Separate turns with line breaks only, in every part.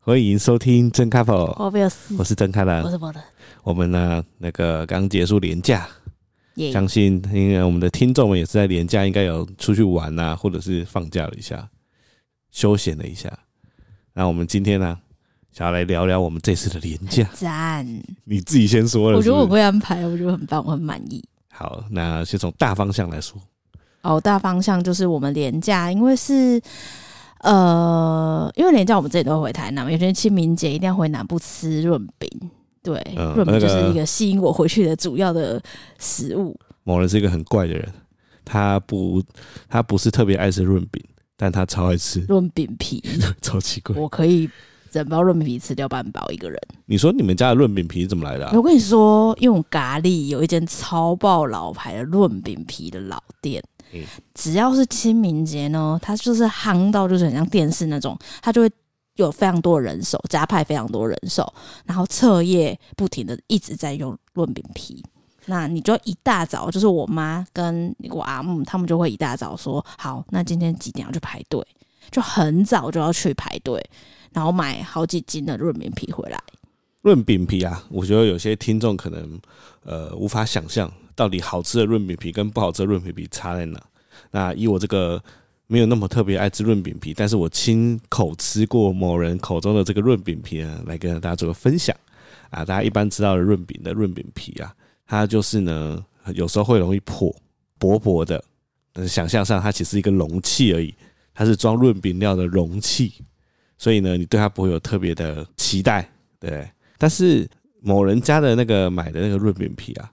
欢迎收听真 couple，
我没有事，
我是真开
哦我
朗。
是我的，
我们呢，那个刚结束年假，
耶、
相信因为我们的听众们也是在年假，应该有出去玩啊，或者是放假了一下，休闲了一下。那我们今天呢，想要来聊聊我们这次的年 假。
赞！
你自己先说了
我
是
觉
不
得
是
我会安排，我觉得很棒，我很满意。
好，那先从大方向来说，
哦，大方向就是我们廉价，因为是呃，因为廉价我们自己都会回台南嘛，有些清明节一定要回南部吃润饼。对，
嗯
润、饼就
那
是
个
一个吸引我回去的主要的食物。
某人是一个很怪的人，他不，他不是特别爱吃润饼，但他超爱吃，
润饼皮，
超奇怪。
我可以整包润饼皮吃掉半包一个人。
你说你们家的润饼皮是怎么来的、啊？
我跟你说，用咖喱有一间超爆老牌的润饼皮的老店，
嗯
只要是清明节呢，它就是夯到就是很像电视那种，它就会有非常多的人手，加派非常多人手，然后彻夜不停的一直在用润饼皮。那你就一大早，就是我妈跟我阿姆他们就会一大早说，好，那今天几点要去排队，就很早就要去排队，然后买好几斤的润饼皮回来。
润饼皮啊，我觉得有些听众可能呃无法想象，到底好吃的润饼皮跟不好吃的润饼皮差在哪。那以我这个没有那么特别爱吃润饼皮，但是我亲口吃过某人口中的这个润饼皮呢，来跟大家做个分享啊。大家一般知道的润饼的润饼皮啊，它就是呢有时候会容易破，薄薄的。但是想象上，它其实是一个容器而已，它是装润饼料的容器，所以呢，你对它不会有特别的期待，对。但是某人家的那个买的那个润饼皮啊，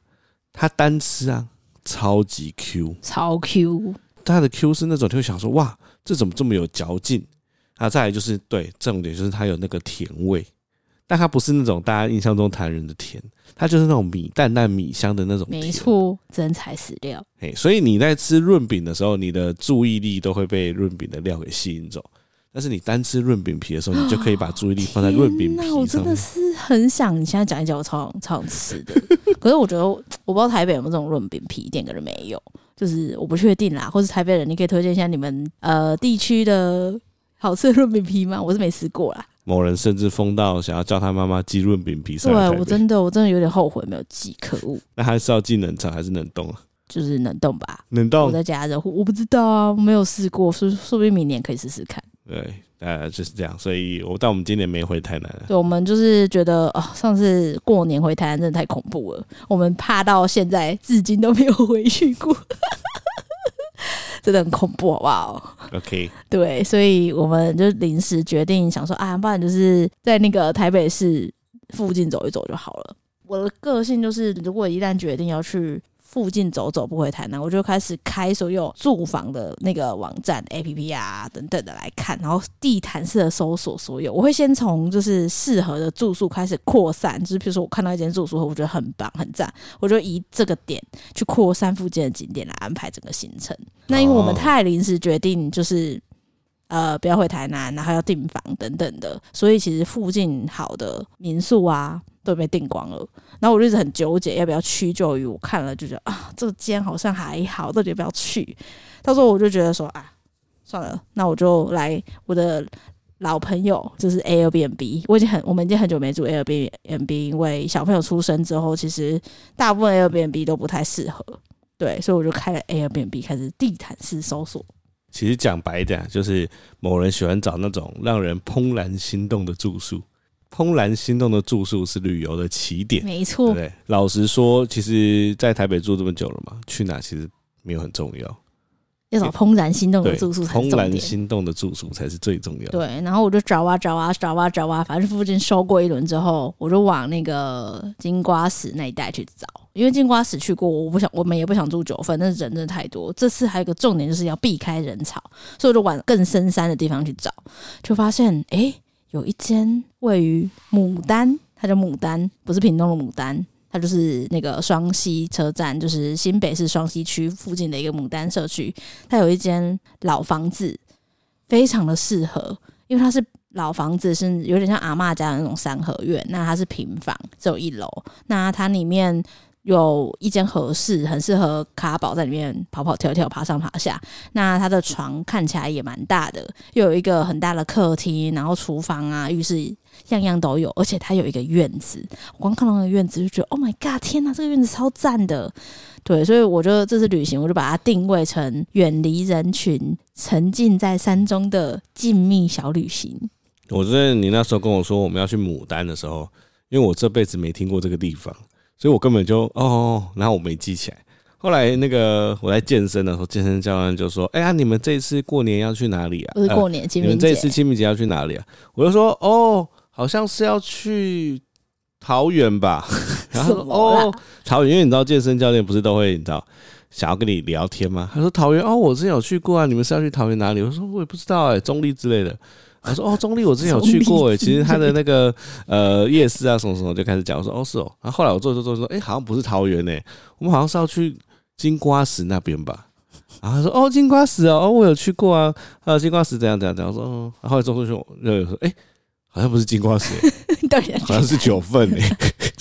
它单吃啊，超级 Q，
超 Q，
它的 Q 是那种就会想说哇，这怎么这么有嚼劲？啊，再来就是对，重点就是它有那个甜味，但它不是那种大家印象中台湾人的甜，它就是那种米淡淡米香的那种甜。
没，错，真材实料。
哎，所以你在吃润饼的时候，你的注意力都会被润饼的料给吸引走。但是你单吃润饼皮的时候，你就可以把注意力放在润饼
天哪我
皮
真
上
的
面。
是很想，你现在讲一讲，我超想超想吃的。可是我觉得，我不知道台北有没有这种润饼皮店，可能没有，就是我不确定啦。或是台北人，你可以推荐一下你们呃地区的好吃的润饼皮吗？我是没吃过啦。
某人甚至疯到想要叫他妈妈寄润饼皮上
对
来台北。
我真的我真的有点后悔没有寄，可恶，
那他是要进冷藏还是冷冻啊？
就是冷冻吧。
冷
我
冻，
在家热乎，我不知道啊，我没有试过，说说不定明年可以试试看。
对，呃，就是这样。所以我但我们今年没回台南 啊，
对，我们就是觉得啊、上次过年回台湾真的太恐怖了，我们怕到现在至今都没有回去过， 真的很恐怖，好不好？
OK，
对，所以我们就临时决定想说啊，不然就是在那个台北市附近走一走就好了。我的个性就是，如果一旦决定要去附近走走，不回台南，我就开始开所有住房的那个网站 APP 啊等等的来看，然后地毯式的搜索所有。我会先从就是适合的住宿开始扩散，就是比如说我看到一间住宿，我觉得很棒很赞，我就以这个点去扩散附近的景点来安排整个行程。那因为我们
哦
太临时决定，就是。呃，不要回台南，然后要订房等等的，所以其实附近好的民宿啊都被订光了。然后我就一直很纠结要不要屈就于我看了就觉得啊，这间好像还好，到底要不要去？到时候我就觉得说啊，算了，那我就来我的老朋友，就是 Airbnb。我已经很我们已经很久没住 Airbnb，因为小朋友出生之后，其实大部分 Airbnb 都不太适合。对，所以我就开了 Airbnb，开始地毯式搜索。
其实讲白一点啊，就是某人喜欢找那种让人怦然心动的住宿。怦然心动的住宿是旅游的起点，对
没
不
错，
对？老实说，其实，在台北住这么久了嘛，去哪其实没有很重要，
要找怦然心动的
对，
住宿才是
怦
重
然
点。
心动的住宿才是最重要的。
对，然后我就找啊找啊找啊找啊，反正附近搜过一轮之后，我就往那个金瓜石那一带去找，因为金瓜石去过，我不想，我们也不想住九份，但是人真的太多。这次还有一个重点就是要避开人潮，所以我就往更深山的地方去找，就发现诶，呃有一间位于牡丹，它叫牡丹，不是屏东的牡丹。它就是那个双溪车站，就是新北市双溪区附近的一个牡丹社区。它有一间老房子，非常的适合，因为它是老房子，是有点像阿嬷家的那种三合院。那它是平房，只有一楼。那它里面有一间合适，很适合卡宝在里面跑跑跳跳、爬上爬下。那它的床看起来也蛮大的，又有一个很大的客厅，然后厨房啊、浴室样样都有，而且它有一个院子。我光看到那个院子就觉得，Oh my god！天哪，这个院子超赞的。对，所以我就这次旅行，我就把它定位成远离人群、沉浸在山中的静谧小旅行。
我觉得你那时候跟我说我们要去牡丹的时候，因为我这辈子没听过这个地方，所以我根本就哦哦，哦然后我没记起来。后来那个我在健身的时候，健身教练就说：“哎呀，你们这一次过年要去哪里啊？
不是
呃
过年清
你
明
们
节，
这一次 清明节要去哪里啊？”我就说：“哦，好像是要去桃园吧。” 然后他说：“
什么啦
哦，桃园，因为你知道健身教练不是都会你知道想要跟你聊天吗？”他说：“桃园哦，我之前有去过啊，你们是要去桃园哪里？”我说：“我也不知道哎、中立之类的。”他说：“哦， 中立我之前有去过哎、
中立之
其实他的那个 呃夜市啊什么什么就开始讲，我说：“哦是哦。”然后后来我做做做做，哎、好像不是桃园哎、我们好像是要去金瓜石那边吧。然后他说：“哦，金瓜石哦，哦，我有去过啊。还有金瓜石怎样怎样怎样。”我说：“哦。”然后后来钟师兄又有说：“ 哎、好像不是金瓜石、哎
到底在
好像是九份诶、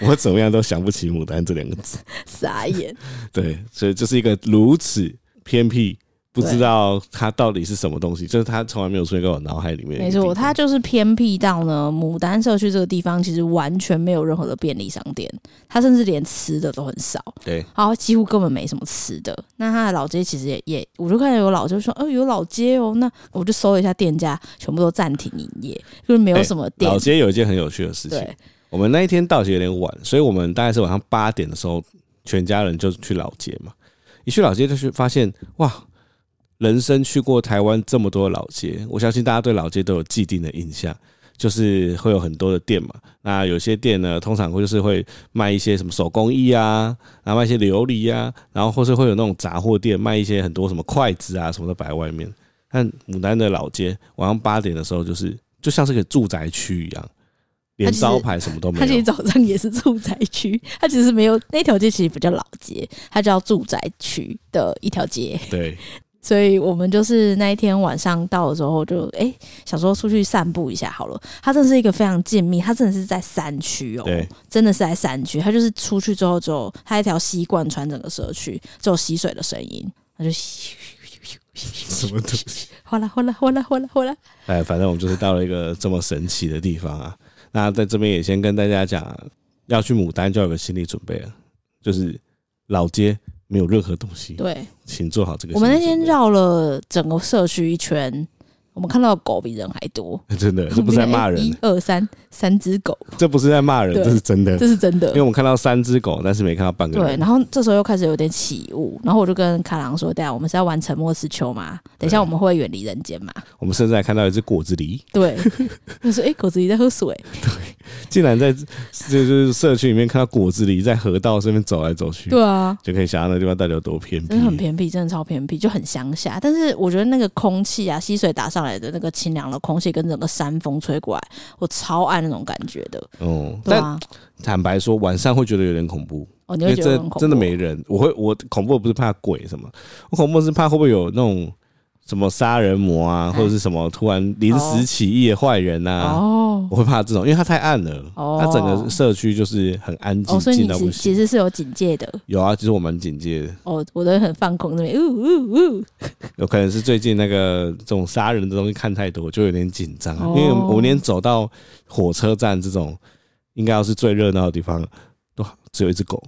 我怎么样都想不起牡丹这两个字。
傻眼。
对，所以就是一个如此偏僻，不知
对
道它到底是什么东西，就是它从来没有出现在我脑海里面的
没
一个地方。
错，它就是偏僻到呢，牡丹社区这个地方其实完全没有任何的便利商店，它甚至连吃的都很少，
对
然后几乎根本没什么吃的。那它的老街其实也也，我就看到有老街说，哦、有老街哦，那我就搜了一下店家，全部都暂停营业，就是没有
哎
什么店。
老街有一件很有趣的事情，
对，
我们那一天到其实有点晚，所以我们大概是晚上八点的时候，全家人就去老街嘛。一去老街就去发现，哇，人生去过台湾这么多老街，我相信大家对老街都有既定的印象，就是会有很多的店嘛。那有些店呢，通常会就是会卖一些什么手工艺啊，然后卖一些琉璃啊，然后或是会有那种杂货店卖一些很多什么筷子啊什么的摆在外面。但牡丹的老街晚上八点的时候，就是就像是个住宅区一样，连
它其实
招牌什么都没有。
它其实早上也是住宅区， 它其实没有那条街，其实比较老街，它叫住宅区的一条街。
对，
所以我们就是那一天晚上到了之后就，哎想说出去散步一下好了。它真的是一个非常静谧，它真的是在山区哦，
对，
真的是在山区。它就是出去之后只有它一条溪贯穿整个社区，只有溪水的声音，它就 咻
什么东西？
哗啦哗啦哗啦哗啦哗啦。
哎，反正我们就是到了一个这么神奇的地方啊。那在这边也先跟大家讲，啊要去牡丹就要有个心理准备了，就是老街没有任何东西，
对，
请做好这个
我
心理
们
准
那
备。
天绕了整个社区一圈，我们看到的狗比人还多。
真的，这不是在骂
一
人，
二三，三只狗，
这不是在骂人，
对
这是真的。
这是真的
因为。我们看到三只狗，但是没看到半个
对，
人。
然后这时候又开始有点起雾，然后我就跟卡郎说：“对啊，我们是要玩沉默是丘嘛，等一下我们会远离人间嘛。
我们甚至还看到一只果子狸，”
对，我说：“哎、狗子也在喝水。
竟然在就是社区里面看到果子狸在河道上面走来走”去，
对啊，
就可以想象那地方到底有多偏僻。
真的很偏僻，真的超偏僻，就很乡下。但是我觉得那个空气啊，溪水打上来的那个清凉的空气，跟整个山风吹过来，我超爱那种感觉的。
哦，
对
但
啊，
坦白说，晚上会觉得有点恐怖。
哦，你
因为
会觉得
真
很恐怖，
真的没人，我会我恐怖的不是怕鬼什么，我恐怖的是怕会不会有那种什么杀人魔啊，
嗯
或者是什么突然临时起意的坏人啊，
哦
我会怕这种，因为它太暗了，
哦
它整个社区就是很安静，
哦，所以
静
你
到不
是其
行。
实是有警戒的
有啊，其实我蛮警戒的，
哦，我都很放空那边，呜呜呜，
有可能是最近那个这种杀人的东西看太多，就有点紧张，啊
哦
因为我连走到火车站这种应该要是最热闹的地方，都只有一只狗。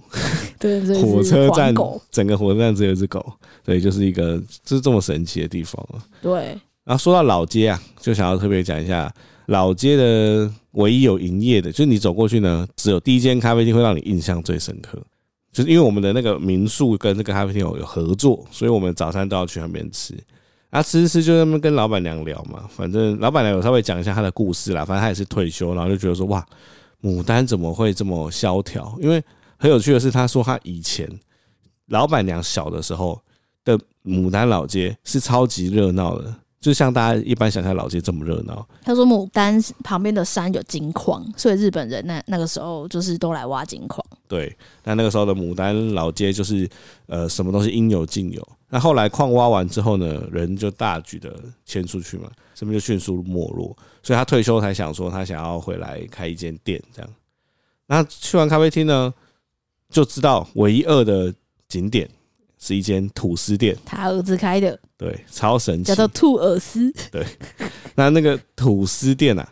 对，所以是
火车站
黄狗，
整个火车站只有一只狗，对，就是一个就是这么神奇的地方啊。
对，
然后说到老街啊，就想要特别讲一下老街的唯一有营业的，就是你走过去呢，只有第一间咖啡厅会让你印象最深刻，就是因为我们的那个民宿跟这个咖啡厅有有合作，所以我们早餐都要去那边吃。啊，吃吃吃就在那边跟老板娘聊嘛，反正老板娘有稍微讲一下她的故事啦，反正她也是退休，然后就觉得说哇，牡丹怎么会这么萧条？因为很有趣的是，她说她以前老板娘小的时候的牡丹老街是超级热闹的，就像大家一般想象老街这么热闹。
他说牡丹旁边的山有金矿，所以日本人那那个时候就是都来挖金矿。
对，那那个时候的牡丹老街就是呃什么东西应有尽有。那后来矿挖完之后呢，人就大举的迁出去嘛，这边就迅速没落。所以他退休才想说他想要回来开一间店这样。那去完咖啡厅呢，就知道唯一二的景点是一间吐司店，
他儿子开的，
对，超神奇
叫。做兔耳丝，
那那个吐司店啊，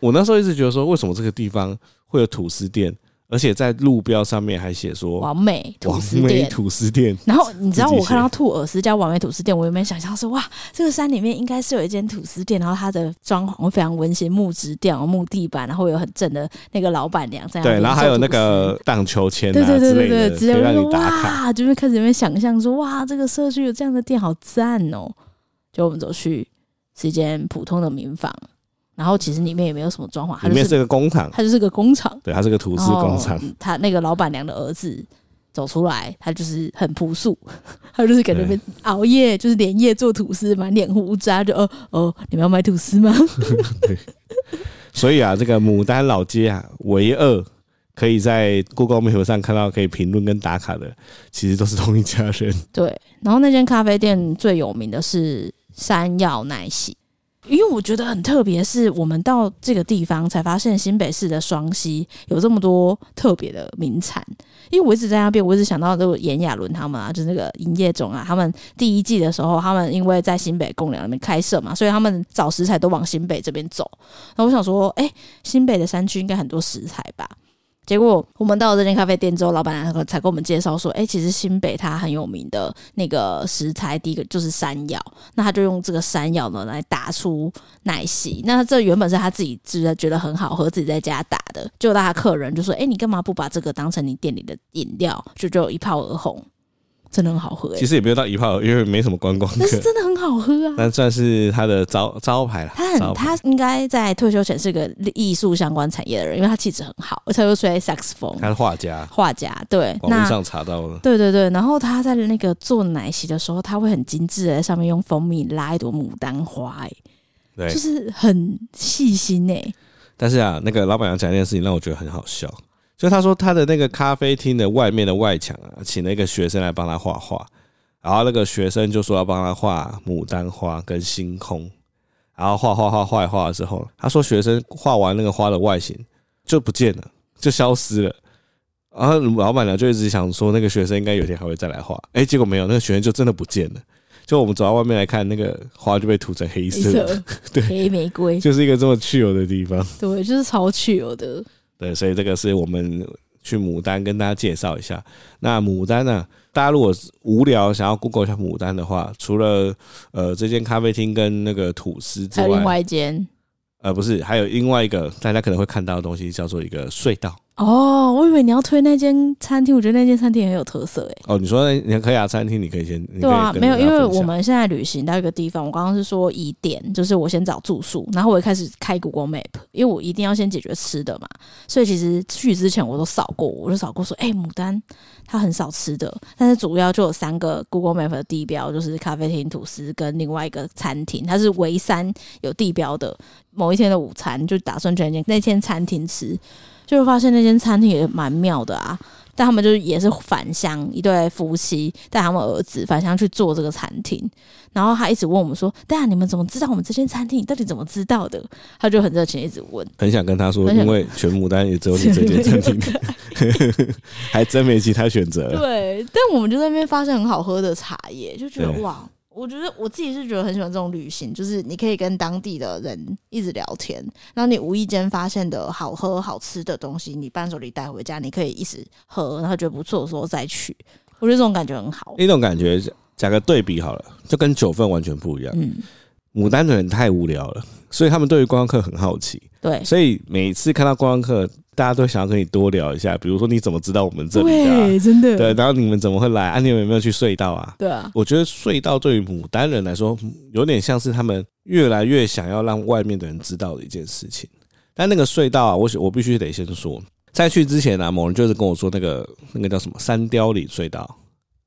我那时候一直觉得说，为什么这个地方会有吐司店，而且在路标上面还写说
完美吐司
美
店。
吐司店，
然后你知道
自己
我
写
看到兔耳丝叫完美吐司店，我原本想象是哇，这个山里面应该是有一间吐司店，然后它的装潢会非常文学，木质调、木地板，然后有很正的那个老板娘在那
对，
边
然后还
做
有那
吐司
个荡秋千
对
啊
对对
之类
对
的，
对，
可
直
以
接就
让
说
你打卡。
哇，就是开始在那边想象说哇，这个社区有这样的店好赞哦、就我们走去是一间普通的民房，然后其实里面也没有什么装潢，它
里
就
面
是哦
是个工厂，
它就是个工厂，
对，它是个吐司工厂，
然后他那个老板娘的儿子走出来，他就是很朴素，他就是感觉被熬夜，就是连夜做吐司，满脸胡渣，就哦哦，你们要买吐司吗？
所以啊，这个牡丹老街啊，唯二可以在 Google Map 上看到可以评论跟打卡的，其实都是同一家人。
对，然后那间咖啡店最有名的是山药奶昔，因为我觉得很特别，是我们到这个地方才发现新北市的双溪有这么多特别的名产。因为我一直在那边，我一直想到就是炎亚纶他们啊，就是那个营业总啊，他们第一季的时候，他们因为在新北贡寮那边开设嘛，所以他们找食材都往新北这边走。那我想说，哎、新北的山区应该很多食材吧？结果我们到了这间咖啡店之后，老板娘才跟我们介绍说，哎、其实新北它很有名的那个食材，第一个就是山药，那他就用这个山药呢来打出奶昔。那这原本是他自己觉得觉得很好喝，自己在家打的，就他客人就说，哎、你干嘛不把这个当成你店里的饮料？就就一炮而红，真的很好喝、哎
其实也没有到一炮，因为没什么观光
但是
客，
真的很好喝啊。
但算是它的招招牌啦。
他很，
招牌
他应该在退休前是个艺术相关产业的人，因为他气质很好，而且又吹萨克斯风，
他是画家，
画家。对，
网
那
络上查到了。
对对对，然后他在那个做奶昔的时候，他会很精致的在上面用蜂蜜拉一朵牡丹花、欸，
对
就，是很细心哎、
但是啊，那个老板娘讲一件事情让我觉得很好笑，就他说他的那个咖啡厅的外面的外墙啊，请了一个学生来帮他画画，然后那个学生就说要帮他画牡丹花跟星空，然后画画画画一画之后，他说学生画完那个花的外形就不见了，就消失了。然后老板娘就一直想说，那个学生应该有一天还会再来画，哎、结果没有，那个学生就真的不见了。就我们走到外面来看，那个花就被涂成黑色的， 对
黑玫瑰，
就是一个这么去油的地方。
对，就是超去油的。
对，所以这个是我们去牡丹跟大家介绍一下。那牡丹呢、大家如果无聊想要 Google 一下牡丹的话，除了呃这间咖啡厅跟那个吐司之
还有另
外，
外一间
呃不是，还有另外一个大家可能会看到的东西叫做一个隧道。
哦，我以为你要推那间餐厅，我觉得那间餐厅很有特色哎、
哦，你说你可以啊，餐厅你可以先，你可以
对啊，
跟
没有，
大家
因为
分享
我们现在旅行到一个地方，我刚刚是说以点，就是我先找住宿，然后我一开始开 Google Map，因为我一定要先解决吃的嘛，所以其实去之前我都扫过，我就扫过说，哎、牡丹它很少吃的，但是主要就有三个 Google Map 的地标，就是咖啡厅、吐司跟另外一个餐厅，它是唯三有地标的。某一天的午餐就打算去那间那间餐厅吃，就会发现那间餐厅也蛮妙的啊，但他们就是也是返乡，一对夫妻带他们儿子返乡去做这个餐厅，然后他一直问我们说：“对啊，你们怎么知道我们这间餐厅？你到底怎么知道的？”他就很热情地一直问，
很想跟他说，
很想
因为全牡丹也只有你这间餐厅， 还真没其他选择了。
对，但我们就在那边发现很好喝的茶叶，就觉得
对
哇，我觉得我自己是觉得很喜欢这种旅行，就是你可以跟当地的人一直聊天，然后你无意间发现的好喝好吃的东西，你伴手礼带回家，你可以一直喝，然后觉得不错的时候再去，我觉得这种感觉很好。
一种感觉，讲个对比好了，就跟九份完全不一样。
嗯，
牡丹的人太无聊了，所以他们对于观光客很好奇，
对，
所以每次看到观光客，大家都想要跟你多聊一下，比如说你怎么知道我们这里的啊、
对，真的，
对，然后你们怎么会来啊？你们有没有去隧道啊？
对啊，
我觉得隧道对于牡丹人来说，有点像是他们越来越想要让外面的人知道的一件事情。但那个隧道啊，我我必须得先说，在去之前啊，某人就是跟我说那个那个叫什么山雕岭隧道，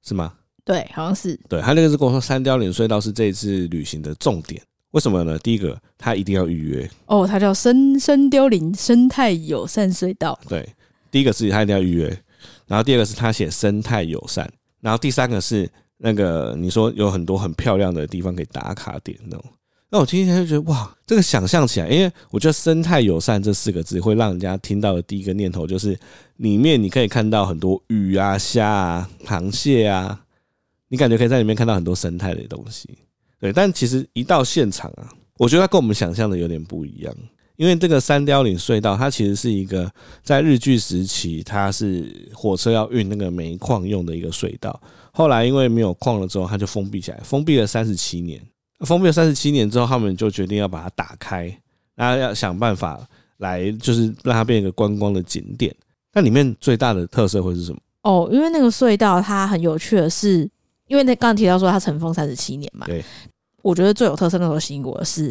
是吗？
对，好像是
对他那个是跟我说，三貂岭隧道是这一次旅行的重点。为什么呢？第一个，他一定要预约。
哦，它叫深深凋零生态友善隧道，
对，第一个是他一定要预约，然后第二个是他写生态友善，然后第三个是那个你说有很多很漂亮的地方可以打卡点那种。那我听起来就觉得哇，这个想象起来，因为我觉得“生态友善”这四个字会让人家听到的第一个念头就是，里面你可以看到很多鱼啊、虾啊、螃蟹啊，你感觉可以在里面看到很多生态的东西。对，但其实一到现场啊，我觉得它跟我们想象的有点不一样，因为这个三貂岭隧道它其实是一个在日据时期，它是火车要运那个煤矿用的一个隧道，后来因为没有矿了之后，它就封闭起来，封闭了三十七年。封闭了三十七年之后，他们就决定要把它打开，那要想办法来，就是让它变一个观光的景点。那里面最大的特色会是什么？
哦，因为那个隧道它很有趣的是，因为那刚刚提到说它尘封三十七年嘛，
对，
我觉得最有特色那时候吸引我的是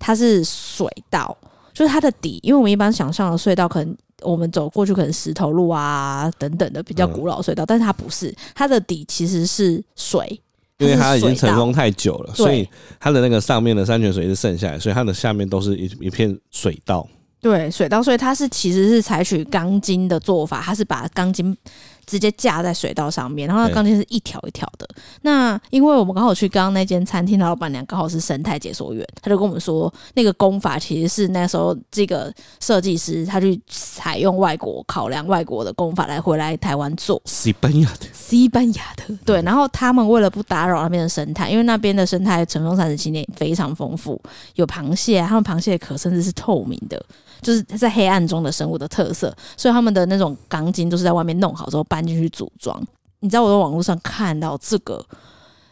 它是水道，就是它的底，因为我们一般想象的隧道可能。我们走过去可能石头路啊等等的比
嗯
较古老隧道，但是它不是，它的底其实是水，
因为它已经
是水
尘
道
封太久了，所以
对
它的那个上面的山泉水是剩下来，所以它的下面都是一一片水道。
对，水稻，所以它是其实是采取钢筋的做法，它是把钢筋直接架在水稻上面，然后它
对
钢筋是一条一条的。那因为我们刚好去刚刚那间餐厅，的老板娘刚好是生态解说员，她就跟我们说，那个工法其实是那时候这个设计师他去采用外国考量外国的工法来回来台湾做，
西班牙的，
西班牙的，对。然后他们为了不打扰那边的生态，因为那边的生态尘封三十七年非常丰富，有螃蟹、啊，他们螃蟹的壳甚至是透明的，就是在黑暗中的生物的特色。所以他们的那种钢筋都是在外面弄好之后搬进去组装。你知道我在网络上看到这个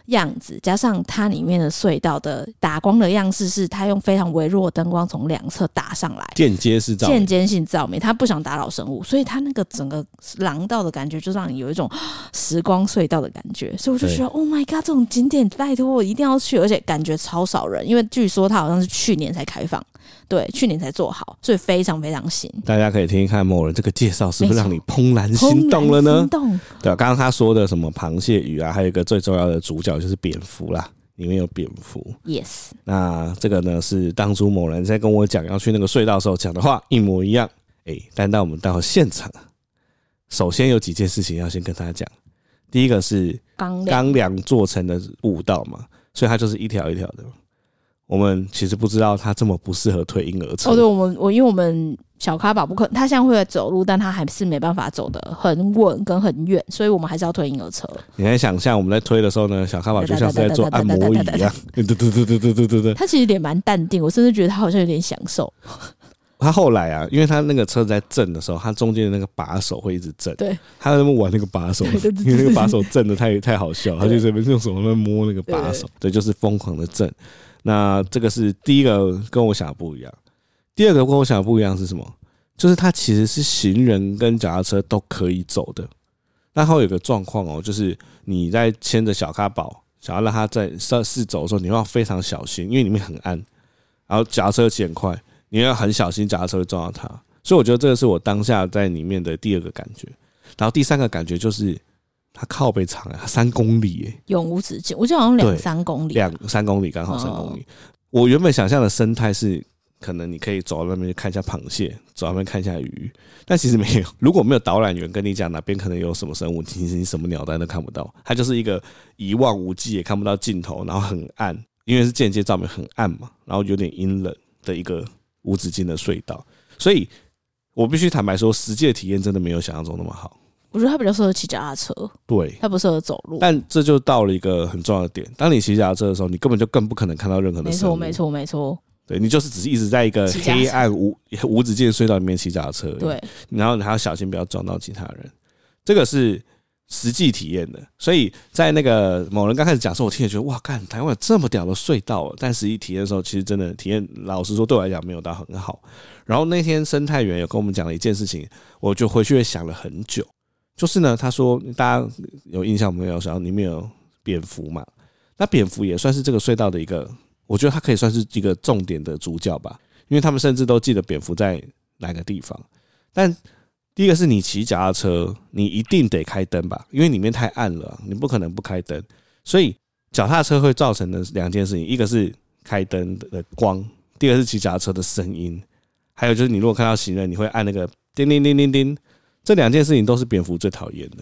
样子，加上它里面的隧道的打光的样式，是它用非常微弱的灯光从两侧打上来，
间接是造
间接性照明，他不想打扰生物，所以他那个整个廊道的感觉，就让你有一种啊时光隧道的感觉。所以我就觉得，Oh my god，这种景点拜托我一定要去，而且感觉超少人，因为据说它好像是去年才开放，对，去年才做好，所以非常非常新。
大家可以听听看某人这个介绍，是不是
没错
让你怦然心动了
怦然
呢
心？动，
对啊，刚刚他说的什么螃蟹、鱼啊，还有一个最重要的主角就是蝙蝠啦，里面有蝙蝠。
，yes，
那这个呢是当初某人在跟我讲要去那个隧道的时候讲的话一模一样。诶，但当我们到了现场啊，首先有几件事情要先跟大家讲。第一个是
刚亮，
钢梁做成的步道嘛，所以它就是一条一条的。我们其实不知道它这么不适合推婴儿车。
哦，对，我们我因为我们小卡宝不可，他现在会走路，但他还是没办法走得很稳跟很远，所以我们还是要推婴儿车。
你可以想象我们在推的时候呢，小咖宝就像是在做按摩椅一样， 对对对对对对对对。
他其实脸蛮淡定，我甚至觉得他好像有点享受。
他后来啊，因为他那个车子在震的时候，他中间的那个把手会一直震，
对，
他在那边玩那个把手，
对对对对
因为那个把手震的太太好笑，他就这边用手在那边摸那个把手，对，就是疯狂的震。那这个是第一个跟我想的不一样，第二个跟我想的不一样是什么？就是它其实是行人跟脚踏车都可以走的。那后有个状况哦，就是你在牵着小咖宝，想要让它在上试走的时候，你要非常小心，因为里面很暗，然后脚踏车骑很快，你要很小心脚踏车会撞到它。所以我觉得这个是我当下在里面的第二个感觉。然后第三个感觉就是它靠背长啊，三公里耶，
永无止境，我记得好像两
对
三公里哦吧，
两三公里刚好三公里。我原本想象的生态是，可能你可以走到那边去看一下螃蟹，走到那边看一下鱼，但其实没有。如果没有导览员跟你讲哪边可能有什么生物，其实你什么鸟蛋都看不到，它就是一个一望无际，也看不到尽头，然后很暗，因为是间接照明，很暗嘛，然后有点阴冷的一个无止境的隧道，所以。我必须坦白说，实际的体验真的没有想象中那么好。
我觉得他比较适合骑脚踏车，
对，
他不适合走路。
但这就到了一个很重要的点，当你骑脚踏车的时候，你根本就更不可能看到任何的
没
生
错，
物。
没，错，没错，
对你就是只是一直在一个
骑脚踏车
黑暗无 无止境的隧道里面骑脚踏车，，
对，
然后你还要小心不要撞到其他人，这个是实际体验的。所以在那个某人刚开始讲的时候，我听了觉得哇，干台湾有这么屌的隧道哦，但实际体验的时候，其实真的体验，老实说对我来讲没有到很好。然后那天生态园有跟我们讲了一件事情，我就回去也想了很久，就是呢，他说大家有印象没有？然后里面有蝙蝠嘛，那蝙蝠也算是这个隧道的一个，我觉得它可以算是一个重点的主角吧，因为他们甚至都记得蝙蝠在哪个地方。但第一个是你骑脚踏车，你一定得开灯吧，因为里面太暗了啊，你不可能不开灯。所以脚踏车会造成的两件事情，一个是开灯的光，第二个是骑脚踏车的声音，还有就是你如果看到行人，你会按那个叮叮叮叮叮，这两件事情都是蝙蝠最讨厌的。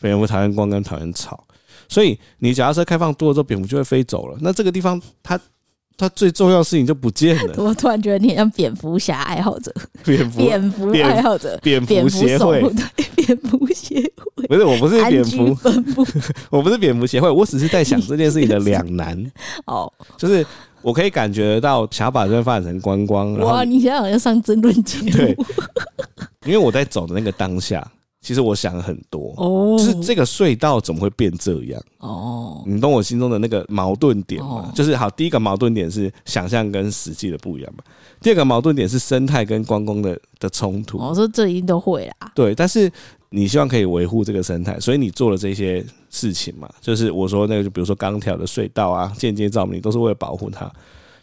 蝙蝠讨厌光跟讨厌吵，所以你脚踏车开放多了之后，蝙蝠就会飞走了。那这个地方它它最重要的事情就不见了。
我突然觉得你很像蝙蝠侠爱好者，
蝙蝠，
蝙蝠
蝙
爱好者，
蝙
蝙
蝠
蝠
协
守
会
护队，蝙蝠协会，
不是，我不是
安
蝙
居
蝠，
分布
我不是蝙蝠协会，我只是在想这件事情的两难，
哦，
就是我可以感觉得到，想要把这边发展成观光， 然后
哇！你现在好像上争论节
对
目，
因为我在走的那个当下，其实我想了很多，
哦，
就是这个隧道怎么会变这样？
哦，
你懂我心中的那个矛盾点吗？
哦
就是好，第一个矛盾点是想象跟实际的不一样嘛，第二个矛盾点是生态跟观光的的冲突。
我说哦这一定都会啦，
对，但是你希望可以维护这个生态，所以你做了这些事情嘛，就是我说那个，就比如说钢条的隧道啊、间接照明，都是为了保护它。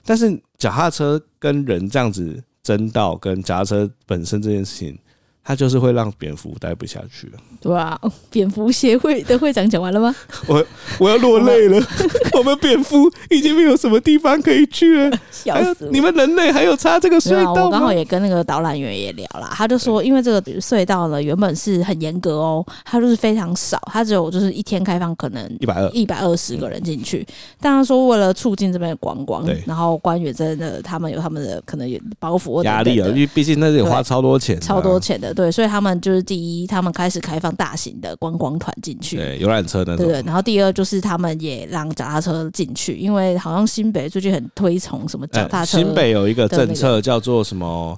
但是脚踏车跟人这样子争道，跟脚踏车本身这件事情，它就是会让蝙蝠待不下去了。
对吧？蝙蝠协会的会长讲完了吗？
我要落泪了，我们蝙蝠已经没有什么地方可以去了。
笑
还有
死我！
哎你们人类还有插这个隧
对啊，
道
我刚好
吗？
也跟那个导览员也聊啦，他就说，因为这个隧道呢原本是很严格哦，它就是非常少，它只有就是一天开放可能
一百二，
一百二十个人进去。但他说为了促进这边的观光
对，
然后官员真的他们有他们的可能有包袱或等
压
等
力啊，
的
因为毕竟那得花超多钱的啊，
超多钱的，对，所以他们就是第一，他们开始开放大型的观光团进去，
对游览车那
对
种
不，对？然后第二就是他们也让脚踏车进去，因为好像新北最近很推崇什么脚踏
哎
车，
新北有一个
的那
政策叫做什么？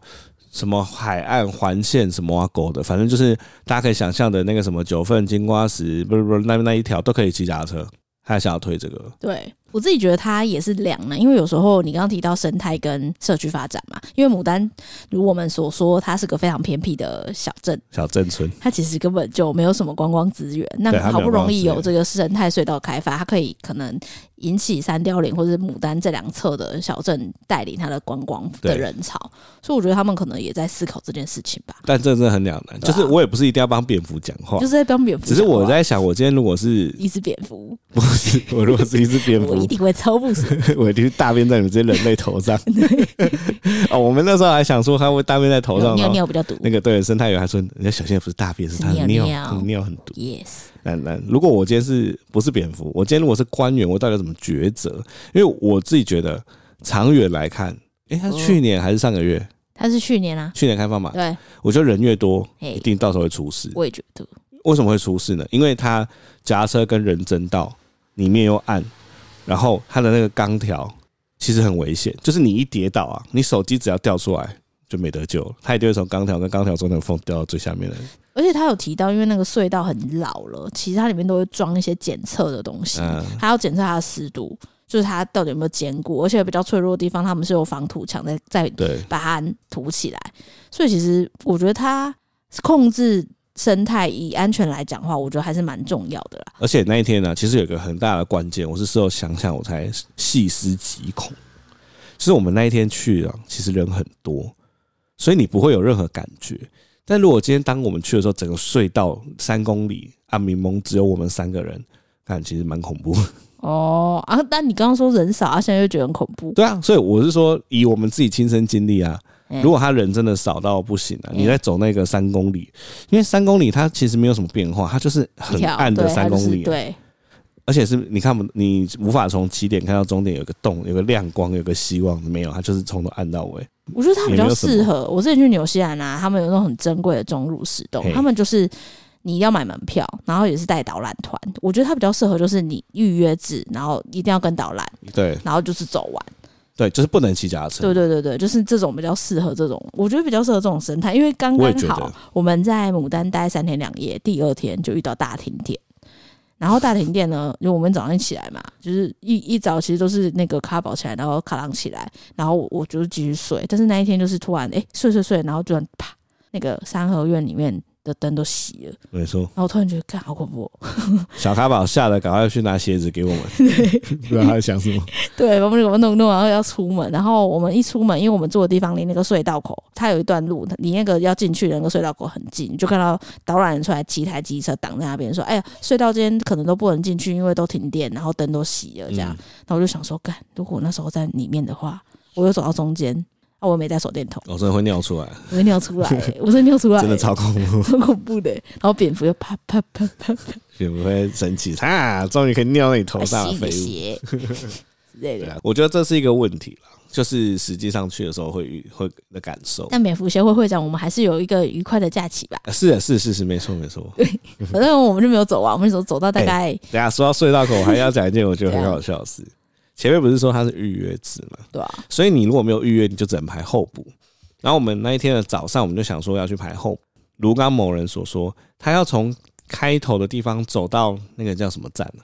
什么海岸环线什么啊狗的，反正就是大家可以想象的那个什么九份金瓜石，不是不是那那一条都可以骑脚踏车，他想要推这个，
对我自己觉得它也是两难，因为有时候你刚刚提到生态跟社区发展嘛，因为牡丹如我们所说，它是个非常偏僻的小镇，
小镇村，
它其实根本就没有什么观光资源。那
对它没有
好不容
观
易
光资源
有这个生态隧道开发，它可以可能引起三貂岭或者牡丹这两侧的小镇带领它的观光的
对
人潮，所以我觉得他们可能也在思考这件事情吧，
但这真的很两难。
对
就
啊
是我也不是一定要帮蝙蝠讲话
就，是在帮蝙蝠
哦只
讲话。
是我在想，我今天如果是
一只蝙蝠，
不是我如果是一只蝙
我一
蝠，
定会抽不死。
我一定大便在你们这些人类头 上。哦，我们那时候还想说他会大便在头上，
尿
然后
尿比较毒。
那个对生态员还说，人家小心不是大便，是
是
他的尿，
尿尿
他的尿很毒。
Yes，
那那如果我今天是不是蝙蝠？我今天如果是官员，我到底要怎么抉择？因为我自己觉得长远来看，诶，他
哦
去年还是上个月，
它是去年啊，
去年开放嘛，
对，
我觉得人越多，
嘿
一定到时候会出事。
我也觉得。
为什么会出事呢？因为它夹车跟人争道，里面又暗，然后它的那个钢条其实很危险，就是你一跌倒啊，你手机只要掉出来就没得救了，它一定会从钢条跟钢条中间的缝掉到最下面的。
而且他有提到，因为那个隧道很老了，其实它里面都会装一些检测的东西，
嗯
它要检测它的湿度，就是它到底有没有坚固，而且比较脆弱的地方，他们是有防土墙在在
对，
把它涂起来。所以其实我觉得它控制生态以安全来讲的话，我觉得还是蛮重要的啦。
而且那一天呢、其实有一个很大的关键，我是事后想想我才细思极恐。就是我们那一天去啊，其实人很多，所以你不会有任何感觉。但如果今天当我们去的时候，整个隧道三公里啊，明蒙只有我们三个人，看其实蛮恐怖。
哦啊，但你刚刚说人少啊，现在又觉得很恐怖。
对啊，所以我是说，以我们自己亲身经历啊，
嗯
如果他人真的少到不行啊，
嗯
你在走那个三公里，因为三公里它其实没有什么变化，它就是
一
很
条
暗的
对它
三
就
公
是
里啊、
对，
而且是你看不，你无法从起点看到终点有个洞，有个亮光，有个希望，没有，它就是从头暗到尾。
我觉得它比
也没
较
有什么
适合。我之前去纽西兰啊，他们有那种很珍贵的钟乳石洞
嘿，
他们就是你要买门票，然后也是带导览团。我觉得它比较适合，就是你预约制，然后一定要跟导览，
对
然后就是走完。
对，就是不能骑脚踏车。
对对对对，就是这种比较适合这种，我觉得比较适合这种生态，因为刚
我也
刚
觉得
好我们在牡丹待三天两夜，第二天就遇到大停电。然后大停电呢，因为我们早上起来嘛，就是一一早其实都是那个卡宝起来，然后卡朗起来，然后我我就继续睡。但是那一天就是突然哎睡睡睡，然后突然啪，那个三合院里面的灯都熄了，
没错，
然后我突然觉得看好恐怖、哦。
小卡宝吓得赶快去拿鞋子给我 们，不知道他在想什 么。
对，我们我们弄弄，然后要出门，然后我们一出门，因为我们住的地方离那个隧道口，它有一段路，离那个要进去的那个隧道口很近，你就看到导览人出来骑台机车挡在那边，说：“哎呀，隧道间可能都不能进去，因为都停电，然后灯都熄了这样。
嗯
然后我就想说，干，如果我那时候在里面的话，我又走到中间，啊，我没带手电筒，
哦我真的会尿出来，
我会尿 出来、我真的尿出来、
真的超恐怖，
超恐怖的、然后蝙蝠又啪啪啪啪
也不会生气。啊，终于可以尿到你头
啪
上了，
吸
废
你
物。
血，之类
对
的。
啊，我觉得这是一个问题啦，就是实际上去的时候会遇会的感受。
但蝙蝠协会会长，我们还是有一个愉快的假期吧。
啊是啊是是是，没错没错。
反正我们就没有走啊完，我们走走
哎
到大概
等一下说到隧道口，我还要讲一件我觉得很
怎样
好笑的事。前面不是说它是预约制嘛，
对啊，
所以你如果没有预约，你就只能排候补。然后我们那一天的早上，我们就想说要去排候补。如刚某人所说，他要从开头的地方走到那个叫什么站啊？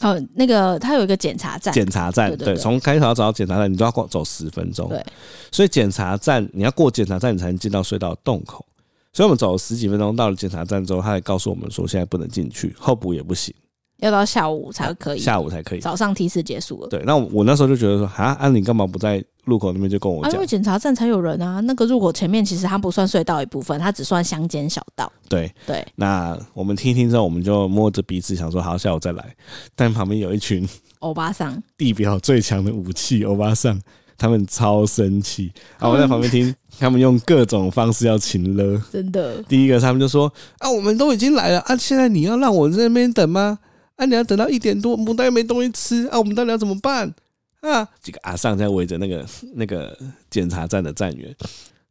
哦，那个它有一个检查站，
检查站。
对对
对，
对
从开头要走到检查站，你都要过走十分钟。
对，
所以检查站你要过检查站，你才能进到隧道洞口。所以我们走了十几分钟，到了检查站之后，他才告诉我们说现在不能进去，候补也不行，
要到下午才可以，
下午才可以。
早上提示结束了。
对，那我我那时候就觉得说，啊，安、啊、你干嘛不在路口那边就跟我
啊，因
讲
为？检查站才有人啊。那个入口前面其实它不算隧道一部分，它只算乡间小道。
对，
对，
那我们听一听之后，我们就摸着鼻子想说，好，下午再来。但旁边有一群
欧巴桑
地表最强的武器欧巴桑，他们超生气，然后我在旁边听，他们用各种方式要请了。
真的
第一个，他们就说啊，我们都已经来了啊，现在你要让我在那边等吗？啊，你要等到一点多，我们大家没东西吃啊，我们到底要怎么办啊？几个阿上在围着那个那个检查站的站员。